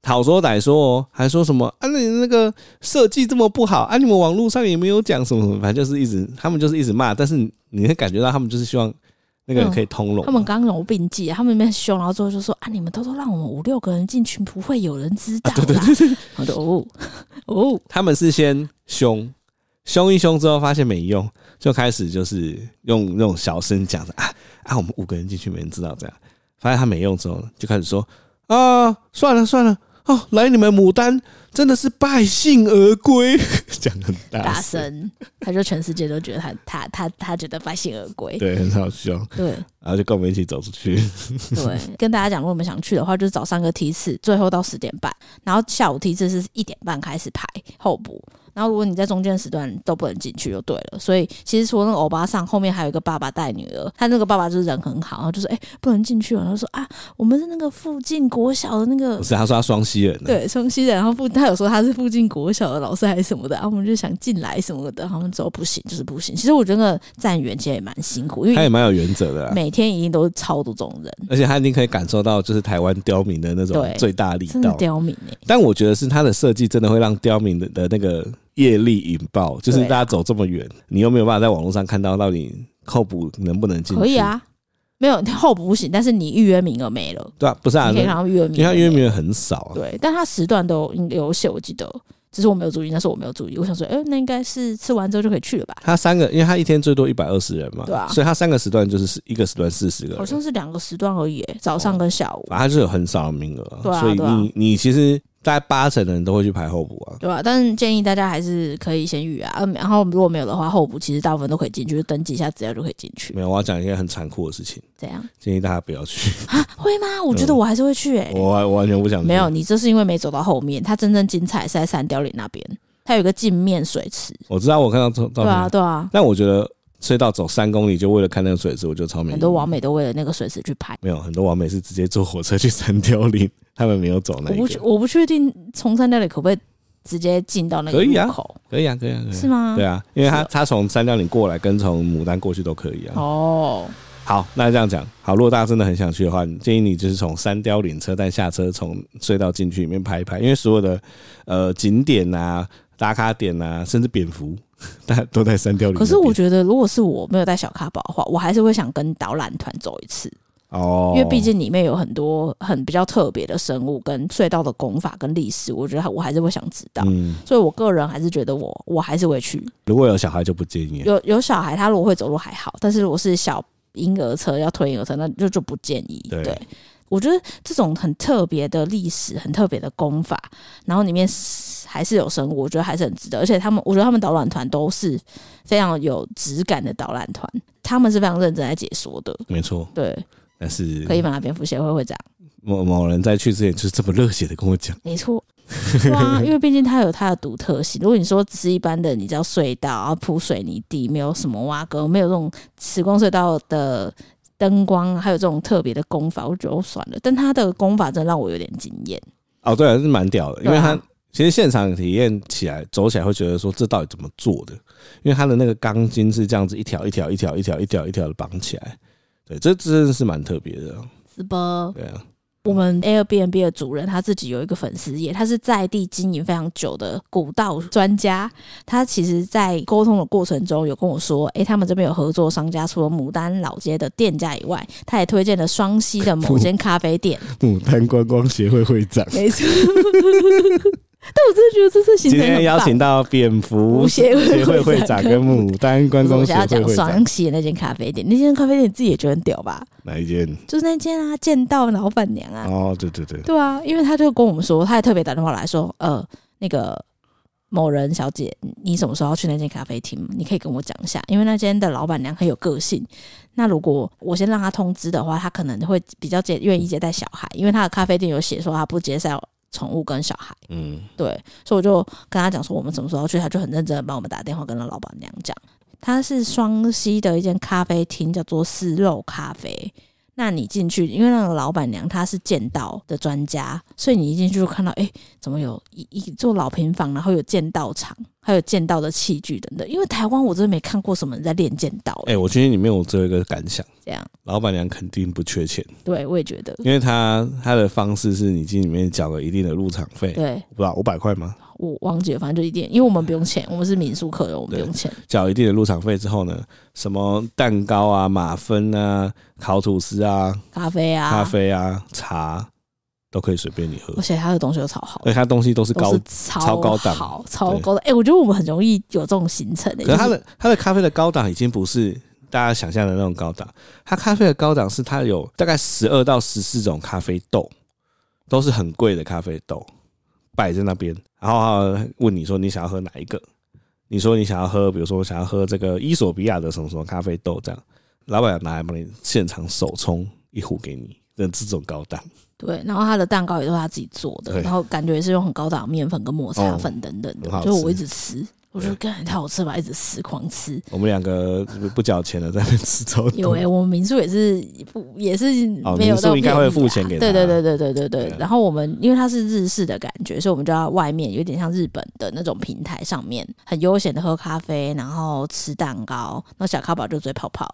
讨说歹说哦，还说什么啊？那你那个设计这么不好啊？你们网络上也没有讲什么什么，反正就是一直他们就是一直骂，但是你你会感觉到他们就是希望那个人可以通融嘛、
他们刚有病计，他们那边凶，然后最后就说啊，你们偷偷让我们五六个人进去，不会有人知
啊
道啦。我就哦哦，
他们是先凶，凶一凶之后发现没用，就开始就是用那种小声讲着啊啊，我们五个人进去没人知道这样，发现他没用之后呢，就开始说啊，算了算了。哦，来你们牡丹真的是败兴而归， 讲很大
大声，他就全世界都觉得他他他他觉得败兴而归。
对，很好笑。
对
然后就跟我们一起走出 去，
对，跟大家讲，如果我们想去的话，就是早上个梯次，最后到十点半，然后下午梯次是一点半开始排候补。然后如果你在中间时段都不能进去就对了，所以其实除了那个欧巴桑，后面还有一个爸爸带女儿，他那个爸爸就是人很好，然后就说哎、不能进去了，然后说啊我们是那个附近国小的那个
不是他说他双溪人、啊，，
对，冲西人，然后附他有说他是附近国小的老师还是什么的，啊然后我们就想进来什么的，然后他们说不行，就是不行。其实我觉得站员其实也蛮辛苦，因
他也
为
蛮有啊原则的啦，
每天一定都是超多这种人，
而且他一定可以感受到就是台湾刁民的那种
对
最大力
真的
道，
刁民哎、
但我觉得是它的设计真的会让刁民的的那个业力引爆，就是
对啊
大家走这么远，你又没有办法在网络上看到到底扣补能不能进去？
可以，啊，没有候补不行，但是你预约名额没了，
对啊，不是啊，
你可以看
那
到预约
因
名
为
额
它
没
约
有。
名额很少啊。
对，但他时段都有有写，我记得，只是我没有注意，那时候我没有注意，我想说，哎、那应该是吃完之后就可以去了吧？
它三个，因为它一天最多一百二十人嘛，
对啊
所以它三个时段就是一个时段四十个人，
好像是两个时段而已、
哦
哎早上跟下午。
反正它就是有很少的名额啊、
对啊
所以
对啊
你你其实大概八成的人都会去排候补啊。
对吧、但是建议大家还是可以先预约啊，嗯然后如果没有的话，候补其实大部分都可以进去，就登记一下资料就可以进去。
没有，我要讲一件很残酷的事情，
这样啊
建议大家不要去。
会吗？我觉得我还是会去诶、
嗯我完我完全不想去。
哎没有，你这是因为没走到后面，它真正精彩是在三貂岭那边，它有一个镜面水池。
我知道我看到照照
对
片，
啊，对啊，
但我觉得隧道走三公里就为了看那个水池，我觉得超没意义
很多网美都为了那个水池去拍。
没有很多网美是直接坐火车去三貂岭，他们没有走那
我
一
不确
个。
我不确定从三貂岭可不可以直接进到那个
可以啊
入口，
可以啊，可以啊，可以啊
是吗？
对
啊。
啊，因为他
是哦
他从三貂岭过来跟从牡丹过去都可以啊。
哦，
好，那这样讲，好，如果大家真的很想去的话，建议你就是从三貂岭车站下车，从隧道进去里面拍一拍，因为所有的呃景点啊、打卡点啊，甚至蝙蝠， 大家都在三貂岭那边。
可是我觉得如果是我没有带小卡宝的话，我还是会想跟导览团走一次。
哦，
因为毕竟里面有很多很比较特别的生物，跟隧道的功法跟历史，我觉得我还是会想知道。
嗯，
所以我个人还是觉得我我还是会去。
如果有小孩就不建议了。
有有小孩，他如果会走路还好，但是如果是小婴儿车要推婴儿车，那就就不建议。
对
我觉得这种很特别的历史、很特别的功法，然后里面还是有生物，我觉得还是很值得。而且他们，我觉得他们导览团都是非常有质感的导览团，他们是非常认真在解说的。
没错，
对，
但是
可以吗？蝙蝠协会会长。
某某人在去之前就是这么热血的跟我讲，
没错，对啊，因为毕竟它有它的独特性。如果你说只是一般的，你知道隧道啊铺水泥地，没有什么挖沟，没有这种时光隧道的灯光，还有这种特别的功法，我就觉得我算了。但它的功法真的让我有点惊艳。
哦，对、啊，是蛮屌的，因
对
为
啊
他、其实现场体验起来走起来会觉得说这到底怎么做的，因为他的那个钢筋是这样子一条一条一条一条一条一条的绑起来，对，这真的是蛮特别的，
是吧？
对啊，
我们 Airbnb 的主人他自己有一个粉丝页，他是在地经营非常久的古道专家。他其实，在沟通的过程中有跟我说，诶、他们这边有合作商家，除了牡丹老街的店家以外，他也推荐了双溪的某间咖啡店。
牡丹观光协会会长，
没错，但我真的觉得这次行
今
程很棒
天邀请到蝙蝠
吴协
协会
会
会长跟牡丹观
不是
光
我
协
想要
会
讲
会长
双溪的那间咖啡店，那间咖啡店你自己也觉得很屌吧？
哪一间？
就是那间啊，见到老板娘啊，
哦，对对对，
对啊，因为他就跟我们说，他还特别打电话来说，呃，那个某人小姐，你什么时候要去那间咖啡厅？你可以跟我讲一下，因为那间的老板娘很有个性。那如果我先让她通知的话，她可能会比较接愿意接待小孩，因为她的咖啡店有写说她不接受宠物跟小孩。
嗯，
对，所以我就跟他讲说我们什么时候去，他就很认真的帮我们打电话跟那老板娘讲，他是双溪的一间咖啡厅，叫做丝肉咖啡。那你进去，因为那个老板娘她是剑道的专家，所以你一进去就看到，哎、怎么有一一座老平房，然后有剑道场，还有剑道的器具等等。因为台湾我真的没看过什么人在练剑道、欸
哎、我今天里面我只有一个感想，
这样，
老板娘肯定不缺钱，
对我也觉得，
因为她她的方式是你进里面缴了一定的入场费，
对
不知道五百块吗？
我忘记了，反正就一点，因为我们不用钱，我们是民宿客人，我们不用钱。
缴一定的入场费之后呢，什么蛋糕啊、马芬啊、烤吐司啊、
咖啡啊，
咖，啡啊、茶都可以随便你喝
而，且他的东西都超好
而。且它东西都是
都
高
是超
超高档
好超高档。哎、我觉得我们很容易有这种行程的、
可是它
就是
的它的咖啡的高档已经不是大家想象的那种高档，它咖啡的高档是它有大概十二到十四种咖啡豆，都是很贵的咖啡豆摆在那边，然后它问你说你想要喝哪一个，你说你想要喝，比如说我想要喝这个伊索比亚的什么什么咖啡豆这样，老板拿来帮你现场手冲一壶给你，那这种高档，
对，然后他的蛋糕也都是他自己做的，
对
然后感觉也是用很高档的面粉跟抹茶
哦
粉等等的，
很好吃
就我一直吃。我觉得干太好吃吧，一直吃狂吃。
我们两个不缴钱的在那边吃超
有
多
哎、，我们民宿也是不也是
哦
没有
民宿
到
应该会
便宜
付
啦
钱给
对
他
对对对对对对
对啊。
然后我们因为它是日式的感觉，所以我们就要外面有点像日本的那种平台上面，很悠闲的喝咖啡，然后吃蛋糕，然后小咖宝就追泡泡。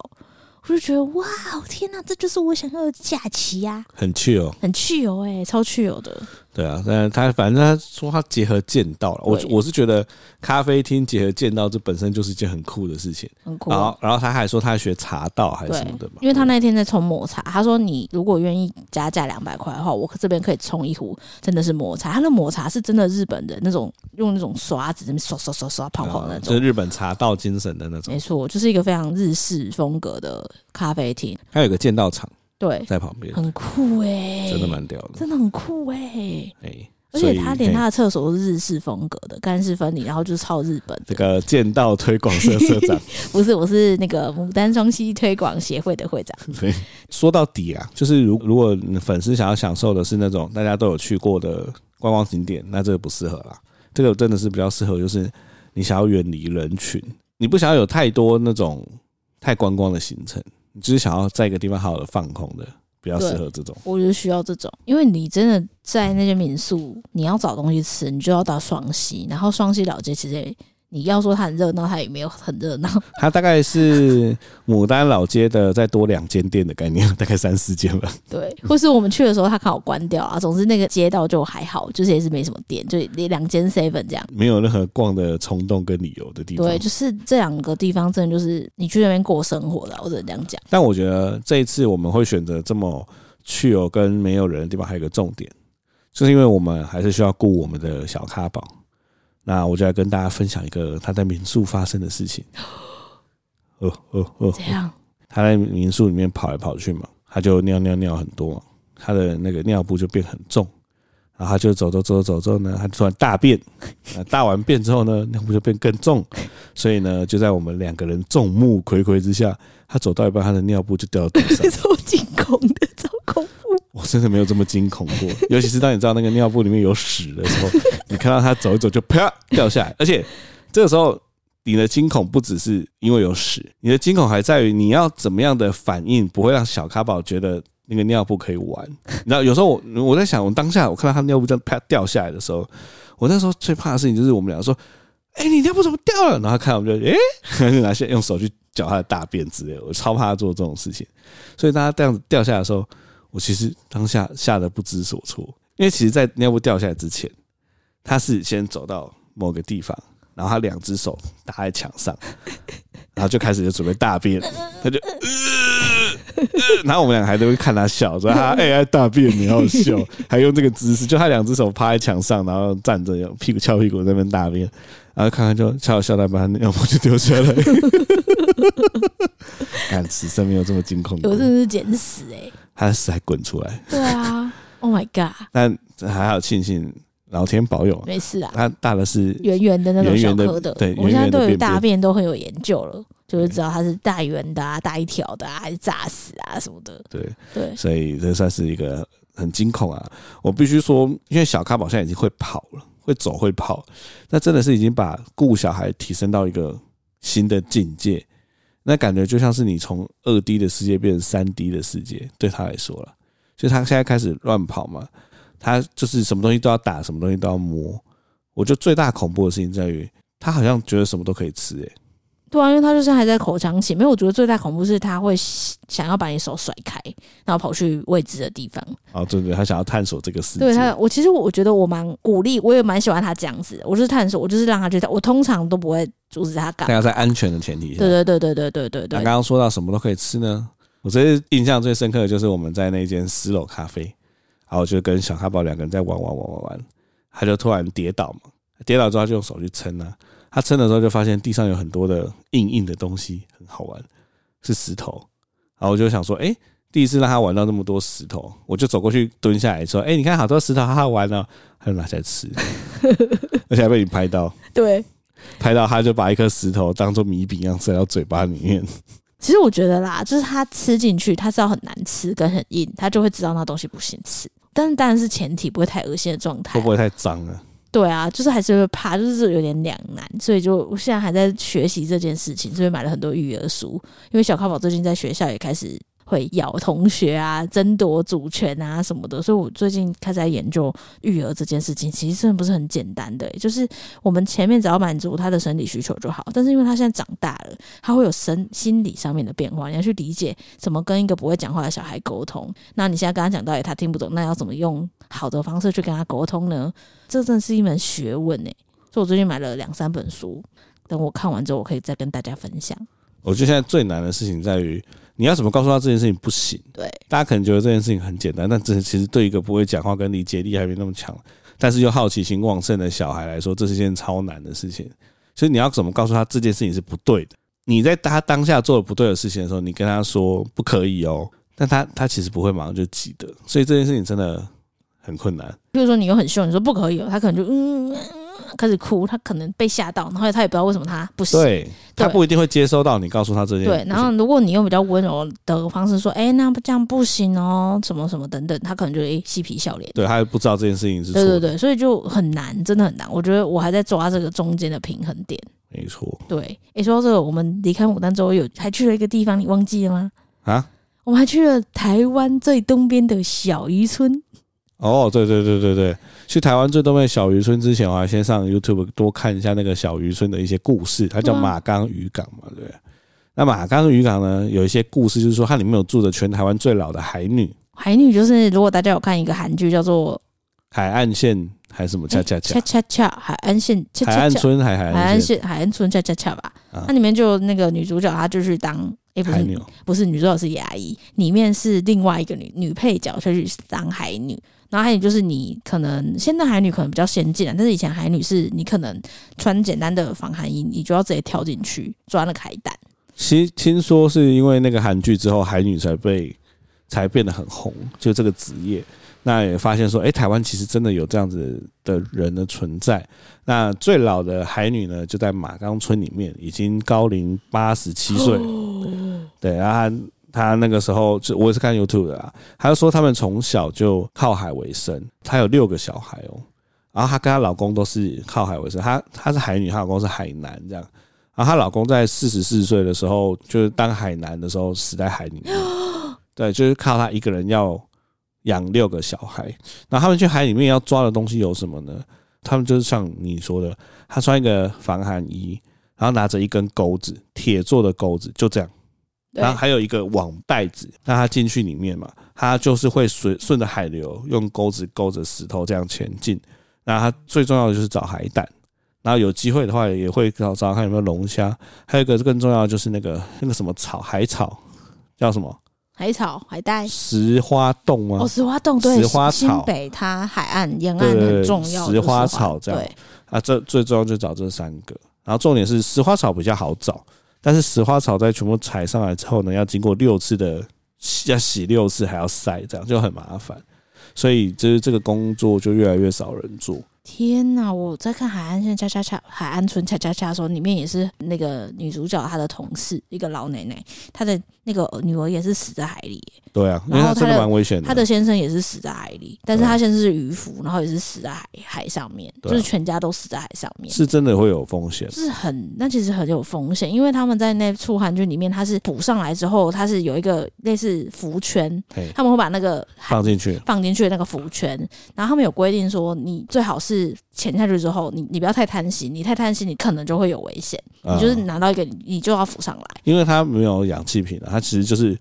我就觉得哇，哦天哪、这就是我想要的假期呀、
很 chill 哦。
很去油哎、超去油的。
对啊，但他反正他说他结合剑道了，我
对
我是觉得咖啡厅结合剑道这本身就是一件很酷的事情。
很酷
然。后然后他还说他还学茶道还是
对
什么的嘛，嗯
因为他那天在冲抹茶，他说你如果愿意加价两百块的话，我这边可以冲一壶，真的是抹茶。他的抹茶是真的日本的那种，用那种刷子在那边刷刷刷刷泡泡的那
啊就
种。
是日本茶道精神的那种
没。错，就是一个非常日式风格的咖啡厅，
还有一个剑道场
对，
在旁边，
很酷哎、
真的？蛮屌的。
真的很酷哎、
哎，
而
所
且
以
他连
嘿
他的厕所都是日式风格的，干式分离，然后就是超日本的。
这个剑道推广 社社长，
不是，我是那个牡丹双溪推广协会的会长。
对，说到底啊，就是如如果粉丝想要享受的是那种大家都有去过的观光景点，那这个不适合啦。这个真的是比较适合，就是你想要远离人群，你不想要有太多那种太观光的行程，你只是想要在一个地方好好的放空的，比较适合这种。
我就需要这种，因为你真的在那些民宿，你要找东西吃，你就要到双溪，然后双溪老街其实也你要说它很热闹，它也没有很热闹，
它大概是牡丹老街的再多两间店的概念， 大概三四间吧。
对，或是我们去的时候它刚好关掉啊，总之那个街道就还好，就是也是没什么店，就两间 seven 这样。
没有任何逛的冲动跟理由的地方。
对，就是这两个地方，真的就是你去那边过生活的，我只能这样讲。
但我觉得这一次我们会选择这么去有跟没有人的地方，还有一个重点，就是因为我们还是需要顾我们的小咖宝。那我就来跟大家分享一个他在民宿发生的事情。哦哦哦，
这 样，
他在民宿里面跑来跑去嘛，他就尿尿尿很多嘛，他的那个尿布就变很重，然后他就走走走走之后呢，他突然大便， 啊大完便之后呢，尿布就变更重，所以呢，就在我们两个人众目睽睽之下，他走到一半，他的尿布就掉到地上
这，超惊恐的，超恐怖。
我真的没有这么惊恐过，尤其是当你知道那个尿布里面有屎的时候，你看到他走一走就啪掉下来，而且这个时候。你的惊恐不只是因为有屎，你的惊恐还在于你要怎么样的反应，不会让小咖宝觉得那个尿布可以玩。你知道，有时候我我在想，我当下我看到他尿布这样啪掉下来的时候，我那时候最怕的事情就是我们俩说：“哎、你尿布怎么掉了？”然后他看到我们就哎，欸 就拿线用手去搅他的大便之类的。我超怕他做这种事情，所以当他这样子掉下来的时候，我其实当下吓得不知所措，因为其实，在尿布掉下来之前，他是先走到某个地方，然后他两只手搭在墙上，然后就开始就准备大便，他就。呃呃然后我们两个还都会看他笑，说他哎、他大便，你好笑，还用这个姿势，就他两只手趴在墙上，然后站着，用屁股翘屁股在那边大便，然后看看就笑笑的把尿布就丢下来。 看，此生没有这么惊恐过
我，真的是捡死哎、
他的屎还滚出来，
对啊 ，Oh my god，
但还好庆幸老天保佑，
没事啊，
他大的是
圆圆的那种
圆
小
圆的
颗
对
我们
圆
现在
圆的
对于
便便
大便都很有研究了，就是知道它是大圆的啊、大一条的啊，还是炸死啊什么的。
对，
对，
所以这算是一个很惊恐啊！我必须说，因为小咖宝现在已经会跑了，会走会跑，那真的是已经把顾小孩提升到一个新的境界。那感觉就像是你从二 D 的世界变成三 D 的世界，对他来说了。啊所以他现在开始乱跑嘛，他就是什么东西都要打，什么东西都要摸。我觉得最大恐怖的事情在于，他好像觉得什么都可以吃、欸，
对啊，因为它就是还在口腔期，没有。我觉得最大恐怖是它会想要把你手甩开，然后跑去未知的地方。
哦，对对，他想要探索这个世界。
对他，我其实我觉得我蛮鼓励，我也蛮喜欢他这样子的。我就是探索，我就是让他去探。我通常都不会阻止他干
但。要在安全的前提下。
对对对对对对对
那
对
刚刚说到什么都可以吃呢？我最印象最深刻的就是我们在那间十楼咖啡，然后我就跟小咖宝两个人在玩玩玩玩玩，他就突然跌倒嘛，跌倒之后他就用手去撑啊，他撑的时候就发现地上有很多的硬硬的东西，很好玩，是石头。然后我就想说，哎、第一次让他玩到那么多石头，我就走过去蹲下来说，哎、你看好多石头，好好玩哦，他就拿起来 吃，而且还被你拍到，
对。
拍到他就把一颗石头当做米饼一样塞到嘴巴里面。
其实我觉得啦，就是他吃进去，他知道很难吃跟很硬，他就会知道那东西不行吃。但是当然是前提不会太恶心的状态
会不
啊。
会太脏了？
对啊，就是还是会怕，就是有点两难，所以就我现在还在学习这件事情，所以买了很多育儿书。因为小咖宝最近在学校也开始会咬同学啊，争夺主权啊什么的，所以我最近开始在研究育儿这件事情，其实真的不是很简单的、欸就是我们前面只要满足他的生理需求就好，但是因为他现在长大了，他会有身心理上面的变化，你要去理解怎么跟一个不会讲话的小孩沟通。那你现在跟他讲道理，他听不懂，那要怎么用好的方式去跟他沟通呢？这真的是一门学问诶、所以我最近买了两三本书，等我看完之后，我可以再跟大家分享。
我觉得现在最难的事情在于，你要怎么告诉他这件事情不行？
对，
大家可能觉得这件事情很简单，但这其实对一个不会讲话跟理解力还没那么强，但是又好奇心旺盛的小孩来说，这是一件超难的事情。所以你要怎么告诉他这件事情是不对的？你在他当下做了不对的事情的时候，你跟他说不可以哦，但他他其实不会马上就记得，所以这件事情真的很困难。
比如说你又很凶，你说不可以、哦，他可能就嗯嗯开始哭，他可能被吓到，然后他也不知道为什么他不行。
对他不一定会接收到你告诉他这件
对，
事
然后
情。
如果你用比较温柔的方式说，哎、那不这样不行哦，什么什么等等，他可能就哎、嬉皮笑脸。
对，他也不知道这件事情是错
对对
的，
对，所以就很难，真的很难。我觉得我还在抓这个中间的平衡点。
没错
对，哎、说到这个，我们离开牡丹之后有还去了一个地方，你忘记了吗？
啊。
我们还去了台湾最东边的小渔村。
哦，对对对对对，去台湾最东边的小渔村之前，我还先上 YouTube 多看一下那个小渔村的一些故事，它叫
对啊
马冈渔港嘛，对不对。那马冈渔港呢，有一些故事，就是说它里面有住着全台湾最老的海女，
海女就是，如果大家有看一个韩剧叫做
海岸线还是什么恰恰恰
恰，恰恰海岸线哎恰
海
恰
岸
恰
村还海
海岸
岸线
线海岸村恰恰恰吧
啊，
那里面就那个女主角，她就去当诶、不
海
是
女，
不是女主角是牙医，里面是另外一个女女配角，她去当海女。然后还有就是你可能现在海女可能比较先进啊，但是以前海女是你可能穿简单的防寒衣，你就要直接跳进去抓那个海胆。
其实听说是因为那个韩剧之后，海女才被才变得很红，就这个职业。那也发现说，诶，台湾其实真的有这样子的人的存在。那最老的海女呢，就在马岗村里面，已经高龄八十七岁。对，然后她她那个时候，就我也是看 YouTube 的啦，她就说他们从小就靠海为生，她有六个小孩哦、然后她跟她老公都是靠海为生，她她是海女，她老公是海南这样。然啊后她老公在四十四岁的时候，就是当海南的时候死在海里面，对，就是靠她一个人要养六个小孩。然后他们去海里面要抓的东西有什么呢？他们就是像你说的，他穿一个防寒衣，然后拿着一根钩子，铁做的钩子，就这样。
对
然后还有一个网袋子，那他进去里面嘛，他就是会随顺着海流，用钩子勾着石头这样前进。那他最重要的就是找海胆，然后有机会的话也会找找看有没有龙虾。还有一个更重要的就是那个那个什么草，海草叫什么
海草、海带。
石花冻吗？
哦，石花洞对，
石花
新
草
北它海岸沿
对
岸
对
很
对
重要的
石
石
花草这样
对，
啊，这最重要就找这三个。然后重点是石花草比较好找，但是石花草在全部采上来之后呢，要经过六次的洗要洗六次，还要晒，这样就很麻烦。所以就是这个工作就越来越少人做。
天哪！我在看《海岸线恰恰恰》《海岸村恰恰恰》的时候，里面也是那个女主角她的同事，一个老奶奶，她的那个呃女儿也是死在海里，
对啊，因为
然
它
后
真
它
的
的
蛮危险
她的先生也是死在海里，但是她先生是渔夫，然后也是死在海海上面，
对啊
就是全家都死在海上面。
是真的会有风险。
就是很，那其实很有风险，因为他们在那处汉军里面，它是补上来之后，它是有一个类似浮圈
嘿，
他们会把那个海
放进去，
放进去的那个浮圈，然后他们有规定说，你最好是潜下去之后，你你不要太贪心，你太贪心，你可能就会有危险，
嗯
你就是拿到一个你你就要浮上来。
因为它没有氧气瓶啊，它其实就是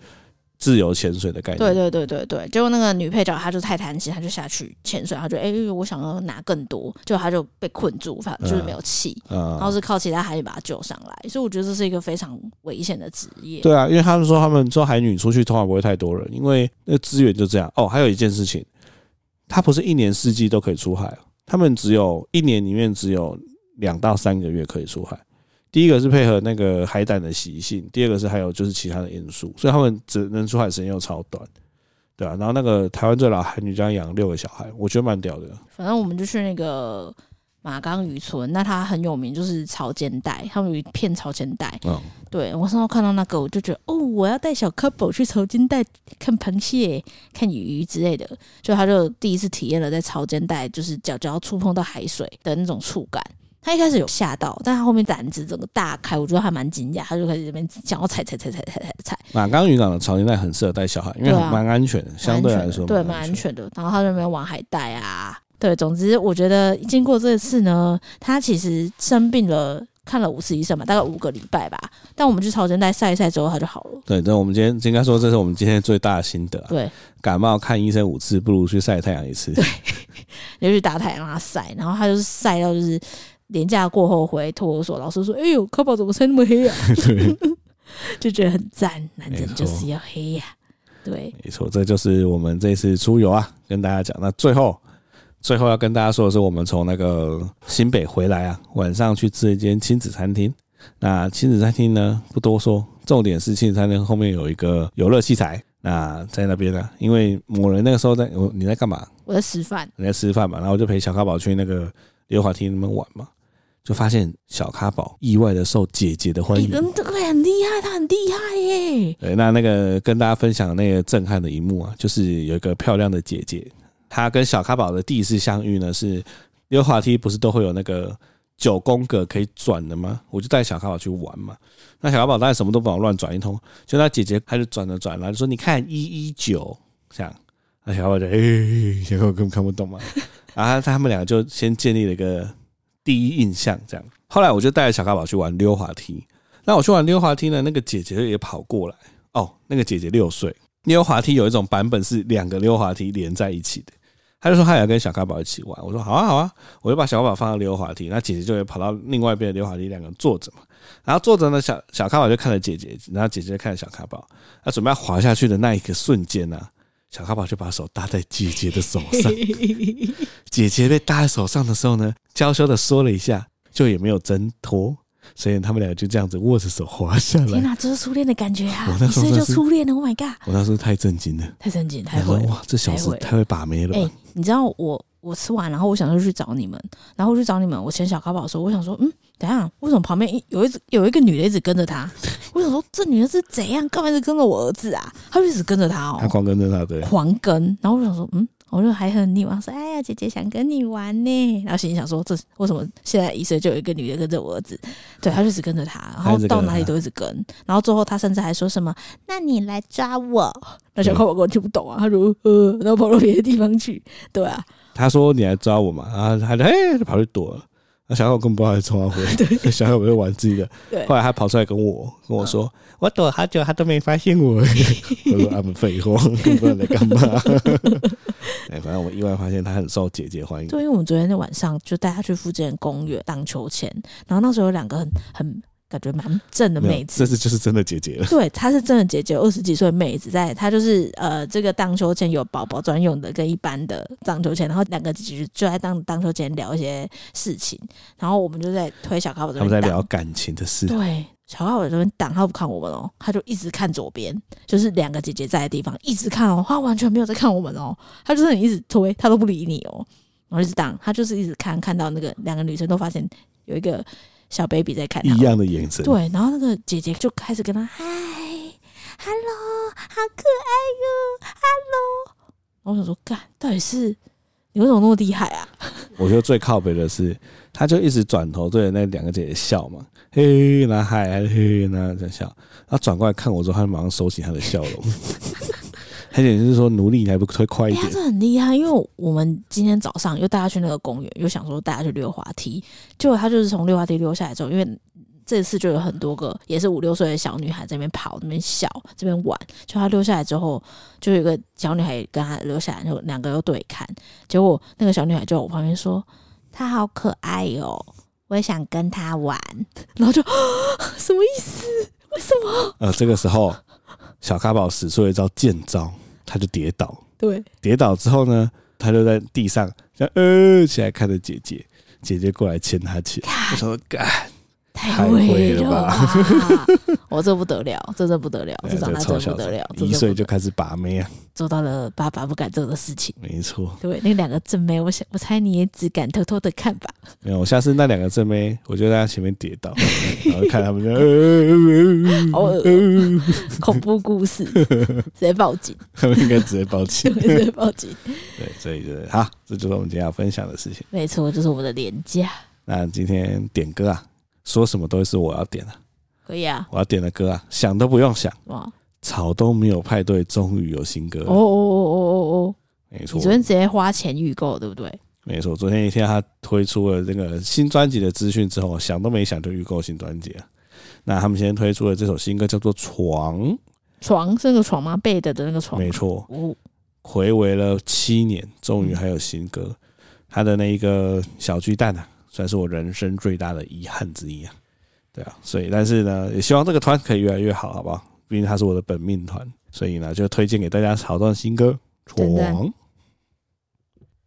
自由潜水的概念。
对对对对对，结果那个女配角她就太贪心，她就下去潜水，她就哎、我想要拿更多，结果她就被困住，反正就是没有气，
嗯，
然后是靠其他海女把她救上来，所以我觉得这是一个非常危险的职业。
对啊，因为他们说他们说海女出去通常不会太多人，因为那资源就这样。哦，还有一件事情，它不是一年四季都可以出海，哦他们只有一年里面只有两到三个月可以出海。第一个是配合那个海胆的习性，第二个是还有就是其他的因素，所以他们只能出海时间又超短，对啊。然后那个台湾最老海女家养六个小孩，我觉得蛮屌的。
反正我们就去那个马冈渔村，那它很有名，就是潮间带，他们有一片潮间带。
嗯，
对我上次看到那个，我就觉得哦，我要带小 couple 去潮间带看螃蟹、看鱼之类的。就他就第一次体验了在潮间带，就是脚脚触碰到海水的那种触感。他一开始有吓到，但他后面胆子整个大开，我觉得还蛮惊讶，他就开始这边想要踩踩踩踩踩踩踩，
马冈渔港的潮间带很适合带小孩，因为
对啊
蛮安全的，相对来说
对
蛮
蛮
安
安
全。
全的。然后他就没有玩海带啊，对，总之我觉得经过这次呢，他其实生病了，看了五次医生嘛，大概五个礼拜吧。但我们去潮间带晒一晒之后，他就好了。
对，那我们今天应该说这是我们今天最大的心得啊、
对，
感冒看医生五次，不如去晒太阳一次。
就去打太阳让他晒，然后他就是晒到就是廉假过后回托儿所，老师说：“哎呦，科宝怎么晒那么黑啊
对，？”
就觉得很赞，男人就
没错
是要黑呀、对，
没错，这就是我们这次出游啊，跟大家讲。那最后，最后要跟大家说的是，我们从那个新北回来啊，晚上去吃一间亲子餐厅。那亲子餐厅呢，不多说，重点是亲子餐厅后面有一个游乐器材。那在那边呢、因为某人那个时候在，我你在干嘛？
我在吃饭，
人在吃饭嘛，然后我就陪小咖宝去那个溜滑梯那边玩嘛，就发现小咖宝意外的受姐姐的欢
哎，
迎。
真的很厉害，他很厉害耶！
对，那那个跟大家分享那个震撼的一幕啊，就是有一个漂亮的姐姐，她跟小咖宝的第一次相遇呢是溜滑梯，不是都会有那个九宫格可以转的吗？我就带小咖宝去玩嘛。那小咖宝当然什么都不好乱转一通，就那姐姐她就转了转，然后就说你看一一九这样，那小咖宝就哎、欸，小咖宝根本看不懂嘛。 然后他们两个就先建立了一个第一印象，这样。后来我就带着小咖宝去玩溜滑梯，那我去玩溜滑梯呢，那个姐姐也跑过来。哦，那个姐姐六岁，溜滑梯有一种版本是两个溜滑梯连在一起的。她就说她要跟小咖宝一起玩，我说好啊好啊，我就把小咖宝放到溜滑梯，那姐姐就会跑到另外一边的溜滑梯，两个人坐着嘛。然后坐着呢，小小咖宝就看着姐姐，然后姐姐就看着小咖宝。那准备要滑下去的那一个瞬间呢、小咖宝就把手搭在姐姐的手 上。姐姐被搭在手上的时候呢，娇羞的说了一下，就也没有挣脱，所以他们俩就这样子握着手滑下来
天。哪、这是初恋的感觉啊
我！那
一
时候
岁
真
就是初恋了，Oh my god！
我那时候太震惊了。
太神奇，太
他说
会：“了。
哇，这小子太会把妹了
哎、
吧
你知道我我吃完，然后我想说去找你们，然后我去找你们，我前小咖宝说，我想说，嗯，等一下为什么旁边一有一只有一个女的一直跟着他？我想说这女的是怎样，干嘛一直跟着我儿子啊？她就一直跟着他！”
他
哦，
光跟着他对，
狂跟。然后我想说，嗯，我就还很腻，我说：“哎呀，姐姐想跟你玩呢。”然后心里想说：“这为什么现在一岁就有一个女的跟着我儿子？”对，他就只跟着他，然后
一直跟着
到
他
哪里都一直跟。然后最后他甚至还说什么：“那你来抓我。”
嗯
那小朋友根本听不懂啊，他说：“呃，然后跑到别的地方去。”对啊，
他说你来抓我嘛，然后他就哎就跑去躲了。那小狗根本不知道他在冲他 回，小狗就玩自己的。
对嗯
后来他跑出来跟我跟我说，我躲好久，他都没发现 我。我说啊他们废话，不知道在干嘛。 哎，反正我意外发现他很受姐姐欢迎。
对，因为我们昨天的晚上就带他去附近的公园荡秋千，然后那时候有两个很很感觉蛮正的
没有
妹子
这，次就是真的姐姐了。
对，她是真的姐姐，二十几岁的妹子在，她就是呃，这个荡秋千有宝宝专用的跟一般的荡秋千，然后两个姐姐就在荡荡秋千聊一些事情，然后我们就在推小咖宝这
他们在
边
聊
荡，
感情的事，
对，小咖宝这边荡，她不看我们哦，她就一直看左边，就是两个姐姐在的地方，一直看哦，她完全没有在看我们哦，她就是你一直推，她都不理你哦，然后一直荡，她就是一直看，看到那个两个女生都发现有一个小 baby 在看她
异
们，
样的眼神。
对，然后那个姐姐就开始跟他嗨，hello，好可爱哟，hello。然后我想说，干，到底是你为什么那么厉害啊？
我觉得最靠北的是，他就一直转头对着那两个姐姐笑嘛，嘿，然后嗨，嘿嘿，然后在笑。他转过来看我之后，他马上收起他的笑容。他简直是说努力，你还不推快一
哎、
点
他？真的很厉害，因为我们今天早上又带他去那个公园，又想说带他去溜滑梯，结果他就是从溜滑梯溜下来之后，因为这次就有很多个也是五六岁的小女孩在那边跑、那边笑、这边玩，就她溜下来之后，就有一个小女孩跟她溜下来，就两个又对看，结果那个小女孩就在我旁边说：“她好可爱哟、我也想跟她玩。” 然后就 什么意思？为什么？
呃，这个时候，小咖宝使出了一招剑招，他就跌倒。
对，
跌倒之后呢，他就在地上，像呃起来看着姐姐，姐姐过来牵他去。我说：“干，
太
太
会
会
了
了
吧！我、这不得了，这真不得
哎
了，这长大真
臭
的
小
不得
子
了，这真
一
的不
岁
得
就开始把妹啊，
做到了爸爸不敢做的事情。
没错。”
对，那两个正妹，我想我猜你也只敢偷偷的看吧。
没有，我下次那两个正妹，我就在她前面跌 倒，然后看他们就呃，
好 恶哦，恐怖故事，直接报警，
他们应该直接抱起
对，。直接报警。
对，所以就是好，这就是我们今天要分享的事情。
没错，就是我们的廉价，
那今天点歌啊，说什么都是我要点啊，
可以啊，
我要点的歌啊，想都不用想，
哇，哦
草东没有派对终于有新歌了，
哦哦哦哦哦，
没错
你昨，天直接花钱预购，对不对？
没错。昨天一天他推出了这个新专辑的资讯之后，想都没想就预购新专辑了。那他们先推出了这首新歌叫做《床》，
床是那个床吗？被的的那个床吗，
没错，
哦，
回违了七年，终于
嗯
还有新歌。他的那一个小巨蛋啊，算是我人生最大的遗憾之一啊。对啊，所以但是呢，也希望这个团可以越来越好，好不好？毕竟他是我的本命团，所以呢，就推荐给大家好段新歌《
真的
床》。